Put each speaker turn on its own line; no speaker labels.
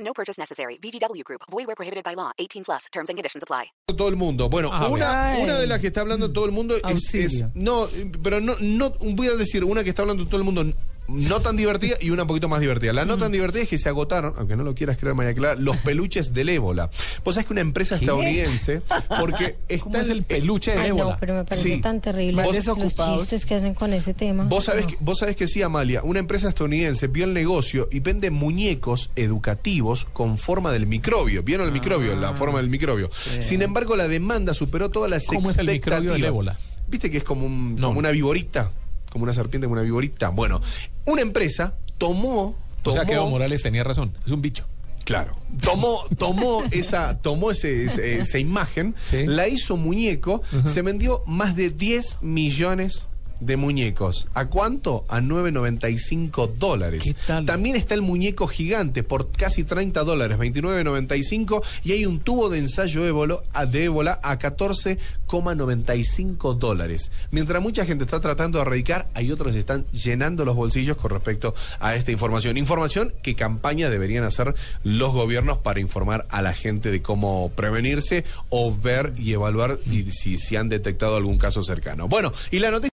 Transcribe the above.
No purchase necessary. VGW Group. Void where prohibited by law. 18 plus. Terms and conditions apply.
todo el mundo. Bueno,
Ah,
una,
bien.
una de las que está hablando todo el mundo es,
Auxilio.
es- no, pero no, no voy a decir una que está hablando todo el mundo no tan divertida y una un poquito más divertida. La no tan divertida es que se agotaron, aunque no lo quieras creer, María Clara, los peluches del ébola. Vos sabés que una empresa estadounidense, porque
¿Cómo
está
es el peluche de
Ay,
ébola?
Ah, no, pero me parece
Sí.
tan terrible
Vos-
los
desocupados.
chistes que hacen con ese tema.
Vos sabés, que, vos sabés que sí, Amalia, una empresa estadounidense vio el negocio y vende muñecos educativos con forma del microbio. ¿Vieron el microbio? La forma del microbio. Sin embargo, la demanda superó todas las
¿Cómo es el
expectativas.
microbio del ébola?
¿Viste que es como, un-
No.
como una viborita? Como una serpiente, como una viborita. Bueno, una empresa tomó...
O sea que
tomó-
Evo Morales tenía razón, es un bicho.
Claro. Tomó, tomó esa, tomó ese- ese- esa imagen,
Sí.
la hizo muñeco, se vendió más de 10 millones de muñecos. ¿A cuánto? A 9.95 dólares.
¿Qué tal?
También está el muñeco gigante por casi 30 dólares, 29.95, y hay un tubo de ensayo ébolo- a- de ébola a 14,95 dólares. Mientras mucha gente está tratando de erradicar, hay otros que están llenando los bolsillos con respecto a esta información. Información que campaña deberían hacer los gobiernos para informar a la gente de cómo prevenirse o ver y evaluar y si, si han detectado algún caso cercano. Bueno, y la noticia...